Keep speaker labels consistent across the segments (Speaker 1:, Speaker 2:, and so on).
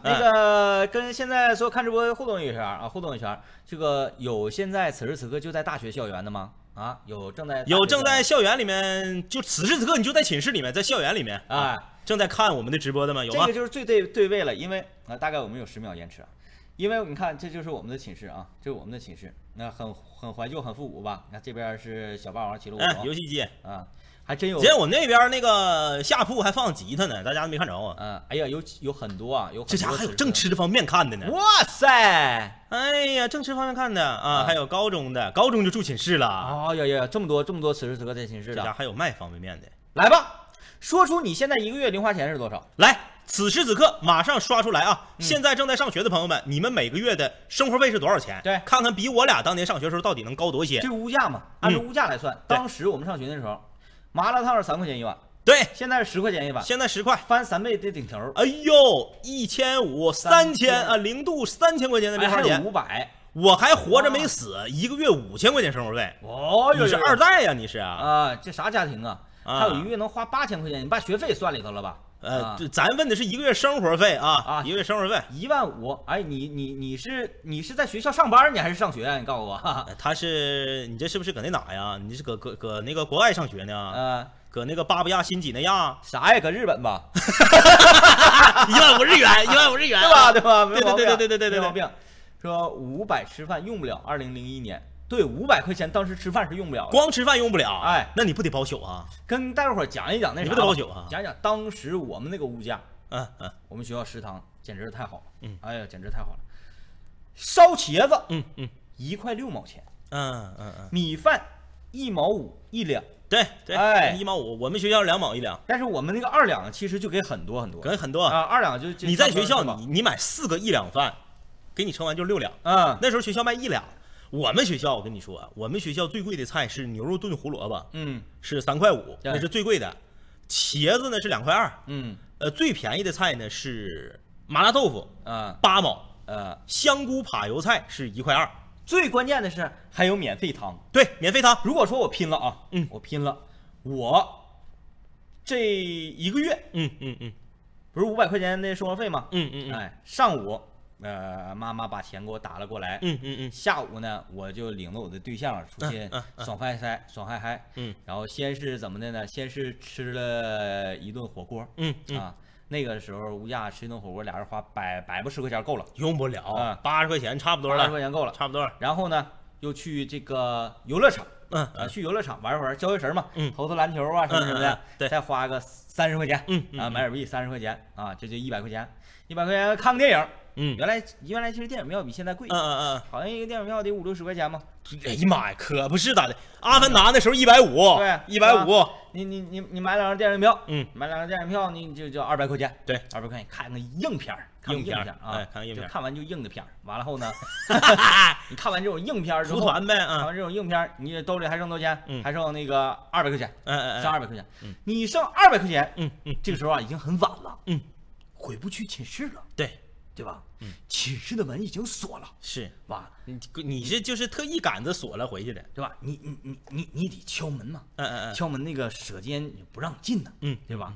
Speaker 1: 那
Speaker 2: 哎
Speaker 1: 个跟现在说看直播互动一下啊，互动一下。这个有现在此时此刻就在大学校园的吗？啊，有正在大学
Speaker 2: 有正在
Speaker 1: 校
Speaker 2: 校园里面，就此时此刻你就在寝室里面，在校园里面
Speaker 1: 园哎，
Speaker 2: 正在看我们的直播的啊吗？有
Speaker 1: 这
Speaker 2: 吗
Speaker 1: 个？就是最对对位了，因为啊、大概我们有十秒延迟啊，因为你看这就是我们的寝室啊，这是我们的寝室，那很很怀旧，很复古吧？那这边是小霸王齐鲁舞
Speaker 2: 嗯，游戏机。
Speaker 1: 啊，还真有
Speaker 2: 今天我那边那个下铺还放吉他呢，大家没看着啊？
Speaker 1: 啊，哎呀，有有很多啊，有很
Speaker 2: 这
Speaker 1: 多
Speaker 2: 家伙还有
Speaker 1: 此时
Speaker 2: 正吃方面看的呢
Speaker 1: 此刻，。哇塞！
Speaker 2: 哎呀，正吃方面看的啊，
Speaker 1: 啊
Speaker 2: 还有高中的，高中就住寝室了。
Speaker 1: 啊呀呀，这么多这么多此时此刻在寝室
Speaker 2: 这家
Speaker 1: 的，
Speaker 2: 还有卖方便面的。
Speaker 1: 来吧，说出你现在一个月零花钱是多少？
Speaker 2: 来，此时此刻马上刷出来啊！
Speaker 1: 嗯
Speaker 2: 现在正在上学的朋友们，你们每个月的生活费是多少钱？
Speaker 1: 对
Speaker 2: 看看比我俩当年上学的时候到底能高多些
Speaker 1: 这。物价嘛，
Speaker 2: 嗯
Speaker 1: 按照物价来算，当时我们上学的时候，麻辣烫是三块钱一碗，
Speaker 2: 对，
Speaker 1: 现在是十块钱一碗，
Speaker 2: 现在十块。
Speaker 1: 翻三倍的顶头儿，
Speaker 2: 哎呦，一千五、三
Speaker 1: 三
Speaker 2: 千
Speaker 1: 千
Speaker 2: 啊，零度三千块钱的
Speaker 1: 哎
Speaker 2: 零花
Speaker 1: 还有
Speaker 2: 钱，
Speaker 1: 五百，
Speaker 2: 我还活着没死，一个月五千块钱生活费。
Speaker 1: 哦
Speaker 2: 你是二代呀？你是啊？
Speaker 1: 啊，这啥家庭啊？
Speaker 2: 啊
Speaker 1: 还有一个月能花八千块钱，你把学费算里头了吧？
Speaker 2: 呃，
Speaker 1: 啊
Speaker 2: 这咱问的是一个月生活费啊，
Speaker 1: 啊
Speaker 2: 一个月生活费。
Speaker 1: 一万五，哎，你你你是你是在学校上班，你还是上学啊？你告诉我，哈哈
Speaker 2: 呃他是你这是不是搁那哪呀？你是搁搁搁那个国外上学呢？
Speaker 1: 呃，，
Speaker 2: 搁那个巴布亚新几内亚
Speaker 1: 啥呀？搁日本吧，
Speaker 2: 一万五日元，一万五日元，
Speaker 1: 啊 对吧？？对吧？没毛病啊
Speaker 2: 对对啊对对对对对对
Speaker 1: 没毛病。说五百吃饭用不了，二零零一年，对，五百块钱当时吃饭是用不了的。
Speaker 2: 光吃饭用不了，
Speaker 1: 哎，
Speaker 2: 那你不得包宿啊？
Speaker 1: 跟大家伙儿讲一讲那
Speaker 2: 你
Speaker 1: 啥
Speaker 2: 不
Speaker 1: 吧，
Speaker 2: 得老朽啊
Speaker 1: 讲一讲当时我们那个物价，
Speaker 2: 嗯嗯
Speaker 1: 我们学校食堂简直是太好了，
Speaker 2: 嗯，
Speaker 1: 哎呀，简直太好了。烧茄子
Speaker 2: 嗯嗯
Speaker 1: 一块六毛钱，
Speaker 2: 嗯嗯嗯，
Speaker 1: 米饭一毛五一两，
Speaker 2: 对对，
Speaker 1: 哎
Speaker 2: 一毛五，我们学校两毛一两，
Speaker 1: 但是我们那个二两其实就给很多很多，
Speaker 2: 给很多。
Speaker 1: 啊，二两就就
Speaker 2: 你在学
Speaker 1: 相
Speaker 2: 校
Speaker 1: 当于
Speaker 2: 你你买四个一两饭，给你盛完就六两。
Speaker 1: 嗯
Speaker 2: 那时候学校卖一两，我们学校我跟你说，啊我们学校最贵的菜是牛肉炖胡萝卜，
Speaker 1: 嗯
Speaker 2: 是三块五，
Speaker 1: 对
Speaker 2: 那是最贵的。茄子呢是两块二，
Speaker 1: 嗯
Speaker 2: 呃，最便宜的菜呢是麻辣豆腐，
Speaker 1: 啊
Speaker 2: 八毛；
Speaker 1: 呃，
Speaker 2: 香菇扒油菜是一块二。
Speaker 1: 最关键的是还有免费汤。
Speaker 2: 对，免费汤。
Speaker 1: 如果说我拼了啊，
Speaker 2: 嗯
Speaker 1: 我拼了，我这一个月
Speaker 2: 嗯嗯嗯
Speaker 1: 不是五百块钱的生活费吗？
Speaker 2: 嗯嗯嗯
Speaker 1: 哎，上午呃妈妈把钱给我打了过来，
Speaker 2: 嗯嗯嗯
Speaker 1: 下午呢我就领着我的对象出去
Speaker 2: 嗯嗯嗯
Speaker 1: 爽嗨嗨爽嗨嗨，
Speaker 2: 嗯
Speaker 1: 然后先是怎么的呢？先是吃了一顿火锅，
Speaker 2: 嗯嗯，
Speaker 1: 啊，那个时候物价吃一顿火锅俩人花百百不十块钱够了，
Speaker 2: 用不
Speaker 1: 啊
Speaker 2: 了，八十块钱差不多
Speaker 1: 八十
Speaker 2: 了，
Speaker 1: 块钱够了。
Speaker 2: 差不多了。
Speaker 1: 然后呢又去这个游乐场。
Speaker 2: 嗯
Speaker 1: 啊，去游乐场玩一会儿，交易神嘛，
Speaker 2: 嗯
Speaker 1: 投投篮球啊什么什么
Speaker 2: 嗯嗯
Speaker 1: 的
Speaker 2: 嗯，对
Speaker 1: 再花个三十块钱，
Speaker 2: 嗯嗯
Speaker 1: 啊，买点币三十块钱啊，这就一百块钱，一百块钱看个电影，
Speaker 2: 嗯
Speaker 1: 原来原来其实电影票比现在贵
Speaker 2: 嗯，嗯嗯
Speaker 1: 好像一个电影票得五六十块钱嘛，
Speaker 2: 嗯，哎呀妈呀，可不是咋的，《阿凡达》那时候一百五，
Speaker 1: 对
Speaker 2: 一百五，
Speaker 1: 你你你你买两张电影票，
Speaker 2: 嗯，
Speaker 1: 买两张电影票你就就二百块钱，
Speaker 2: 对，
Speaker 1: 二百块钱看个硬片儿，看个硬
Speaker 2: 硬片儿
Speaker 1: 片儿啊，
Speaker 2: 哎看个硬片儿
Speaker 1: 就看完就硬的片儿，完了后 呢，你看完这种硬片儿之
Speaker 2: 组
Speaker 1: 后，
Speaker 2: 团呗
Speaker 1: 看
Speaker 2: 啊，
Speaker 1: 完这种硬片儿，你兜里还剩多少钱？
Speaker 2: 嗯
Speaker 1: 还剩那个二百块钱，
Speaker 2: 嗯嗯
Speaker 1: 剩
Speaker 2: 嗯
Speaker 1: 二百块钱，你剩二百块钱。
Speaker 2: 嗯嗯，
Speaker 1: 这个时候啊，已经很晚了，
Speaker 2: 嗯，
Speaker 1: 回不去寝室了，
Speaker 2: 对，
Speaker 1: 对吧？嗯，寝室的门已经锁了，
Speaker 2: 是
Speaker 1: 哇，
Speaker 2: 你你是就是特意赶着锁了回去的，
Speaker 1: 对吧？你你你你你得敲门嘛，
Speaker 2: 嗯嗯嗯，
Speaker 1: 敲门那个舍监不让进呢，
Speaker 2: 嗯
Speaker 1: 对吧？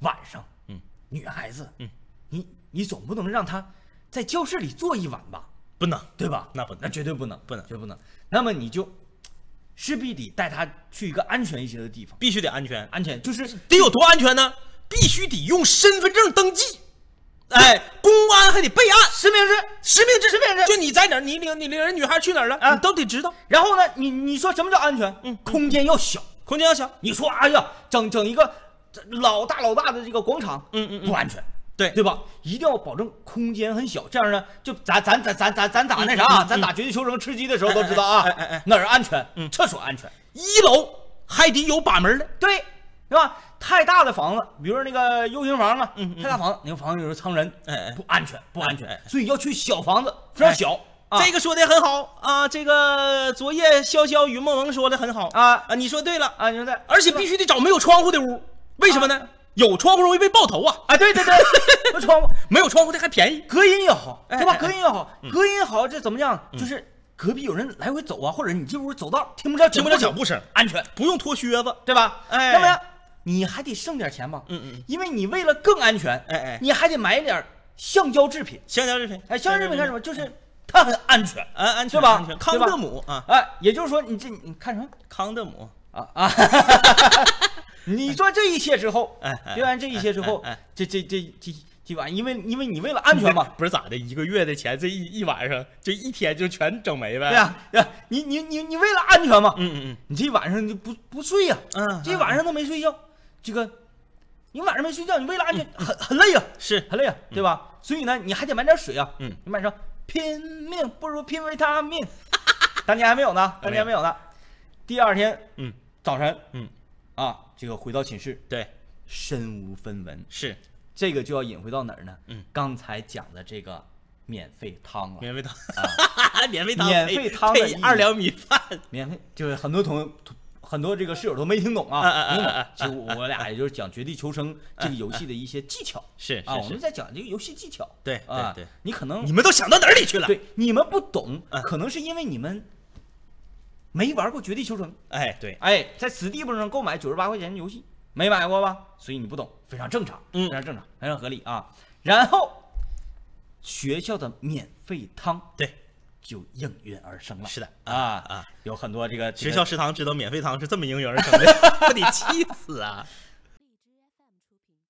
Speaker 1: 晚上，
Speaker 2: 嗯，
Speaker 1: 女孩子，
Speaker 2: 嗯，
Speaker 1: 你你总不能让她在教室里坐一晚吧，
Speaker 2: 不能，
Speaker 1: 对吧？
Speaker 2: 那不能
Speaker 1: 那绝对不能，
Speaker 2: 不能
Speaker 1: 绝对不能。那么你就势必得带她去一个安全一些的地方，
Speaker 2: 必须得安全，
Speaker 1: 安全就是
Speaker 2: 得有多安全呢？必须得用身份证登记，哎，公安还得备案，
Speaker 1: 实名制。
Speaker 2: 实名制，
Speaker 1: 实名制
Speaker 2: 就你在哪儿，你领你领人女孩去哪儿了，
Speaker 1: 啊
Speaker 2: 你都得知道。
Speaker 1: 然后呢，你你说什么叫安全？嗯，空间要小。
Speaker 2: 空间要小，
Speaker 1: 你说，哎呀，整整一个这老大老大的这个广场，嗯嗯，不安全，
Speaker 2: 对
Speaker 1: 对吧？一定要保证空间很小，这样呢，就咱咱咱咱咱咱打那
Speaker 2: 嗯
Speaker 1: 啥，啊咱打绝地求生吃鸡的时候都知道啊，
Speaker 2: 哎哎哎哎
Speaker 1: 哪儿安全，厕所安全，
Speaker 2: 一楼还得有把门的。
Speaker 1: 对，对吧？太大的房子，比如说那个 U 型房啊，太大房子，那个房子有时候藏人，
Speaker 2: 嗯哎哎
Speaker 1: 不安全，不安
Speaker 2: 哎哎
Speaker 1: 全，所以要去小房子，非常小啊，
Speaker 2: 这个说的很好啊，这个昨夜潇潇雨蒙蒙说的很好
Speaker 1: 啊
Speaker 2: 啊，你说对了，
Speaker 1: 啊，你说的，
Speaker 2: 而且必须得找没有窗户的屋，为什么
Speaker 1: 啊
Speaker 2: 呢？有窗户容易被爆头啊，
Speaker 1: 啊，对对对， 那窗户。
Speaker 2: 没有窗户的还便宜。
Speaker 1: 隔音也好，
Speaker 2: 哎
Speaker 1: 对吧？
Speaker 2: 哎哎嗯
Speaker 1: 隔音也好，隔音好，这怎么讲？就是隔壁有人来回走啊，或者你进屋走道听不着
Speaker 2: 听不着脚步声
Speaker 1: 安全，
Speaker 2: 不用脱靴子，
Speaker 1: 对吧？
Speaker 2: 哎
Speaker 1: 那么你还得剩点钱吧，
Speaker 2: 嗯嗯嗯，
Speaker 1: 因为你为了更安全，
Speaker 2: 哎哎
Speaker 1: 你还得买点橡胶制品。
Speaker 2: 香蕉制品，
Speaker 1: 哎，橡胶制品干什么？就是它很安全。
Speaker 2: 安安
Speaker 1: 是
Speaker 2: 全
Speaker 1: 吧
Speaker 2: 安全，康
Speaker 1: 对吧
Speaker 2: 德姆啊，
Speaker 1: 哎，也就是说，你这你看什么
Speaker 2: 康德姆，
Speaker 1: 啊 啊？你做这一切之后，
Speaker 2: 哎哎
Speaker 1: 做完这一切之后
Speaker 2: 哎哎哎，
Speaker 1: 这这这这这玩意儿，因为因为你为了安全嘛，
Speaker 2: 不是咋的，一个月的钱这一一晚上就一天就全整没呗。
Speaker 1: 对呀，呀你你你你为了安全嘛，
Speaker 2: 嗯嗯嗯
Speaker 1: 你这一晚上你就不不睡呀，
Speaker 2: 嗯嗯，
Speaker 1: 这一晚上都没睡觉，这个你晚上没睡觉，你为了安全
Speaker 2: 嗯
Speaker 1: 很很累呀，
Speaker 2: 是
Speaker 1: 很累呀，对吧？所以呢，你还得买点水啊，
Speaker 2: 嗯
Speaker 1: 你买上拼命不如拼维他命， 当年还没有呢，当年还没有呢。第二天
Speaker 2: 嗯
Speaker 1: 早晨
Speaker 2: 嗯，
Speaker 1: 啊，这个回到寝室，
Speaker 2: 对，
Speaker 1: 身无分文，
Speaker 2: 是
Speaker 1: 这个就要引回到哪儿呢？
Speaker 2: 嗯，
Speaker 1: 刚才讲的这个免费汤了，
Speaker 2: 免费汤， 免费汤，
Speaker 1: 免费汤的
Speaker 2: 配
Speaker 1: 意义
Speaker 2: 配二两米饭，
Speaker 1: 免费就是很多同很多这个室友都没听懂
Speaker 2: 啊啊啊
Speaker 1: 啊，没
Speaker 2: 啊啊
Speaker 1: 听懂。就我俩也就是讲《绝地求生》这个游戏的一些技巧
Speaker 2: 是
Speaker 1: 啊，
Speaker 2: 是
Speaker 1: 我们
Speaker 2: 是，
Speaker 1: 在讲这个游戏技巧。
Speaker 2: 对
Speaker 1: 啊，
Speaker 2: 对对，
Speaker 1: 你可能
Speaker 2: 你们都想到哪里去了？
Speaker 1: 对你们不懂
Speaker 2: 嗯，
Speaker 1: 可能是因为你们没玩过《绝地求生》，
Speaker 2: 哎对，
Speaker 1: 哎，在 Steam 上购买九十八块钱的游戏，没买过吧？所以你不懂，非常正常，
Speaker 2: 嗯
Speaker 1: 非常正常，非常合理啊。然后学校的免费汤
Speaker 2: 对，
Speaker 1: 就应运而生了。
Speaker 2: 是的
Speaker 1: 啊啊，有很多这个这
Speaker 2: 学
Speaker 1: 个
Speaker 2: 校食堂知道免费汤是这么应运而生的，我得气死啊！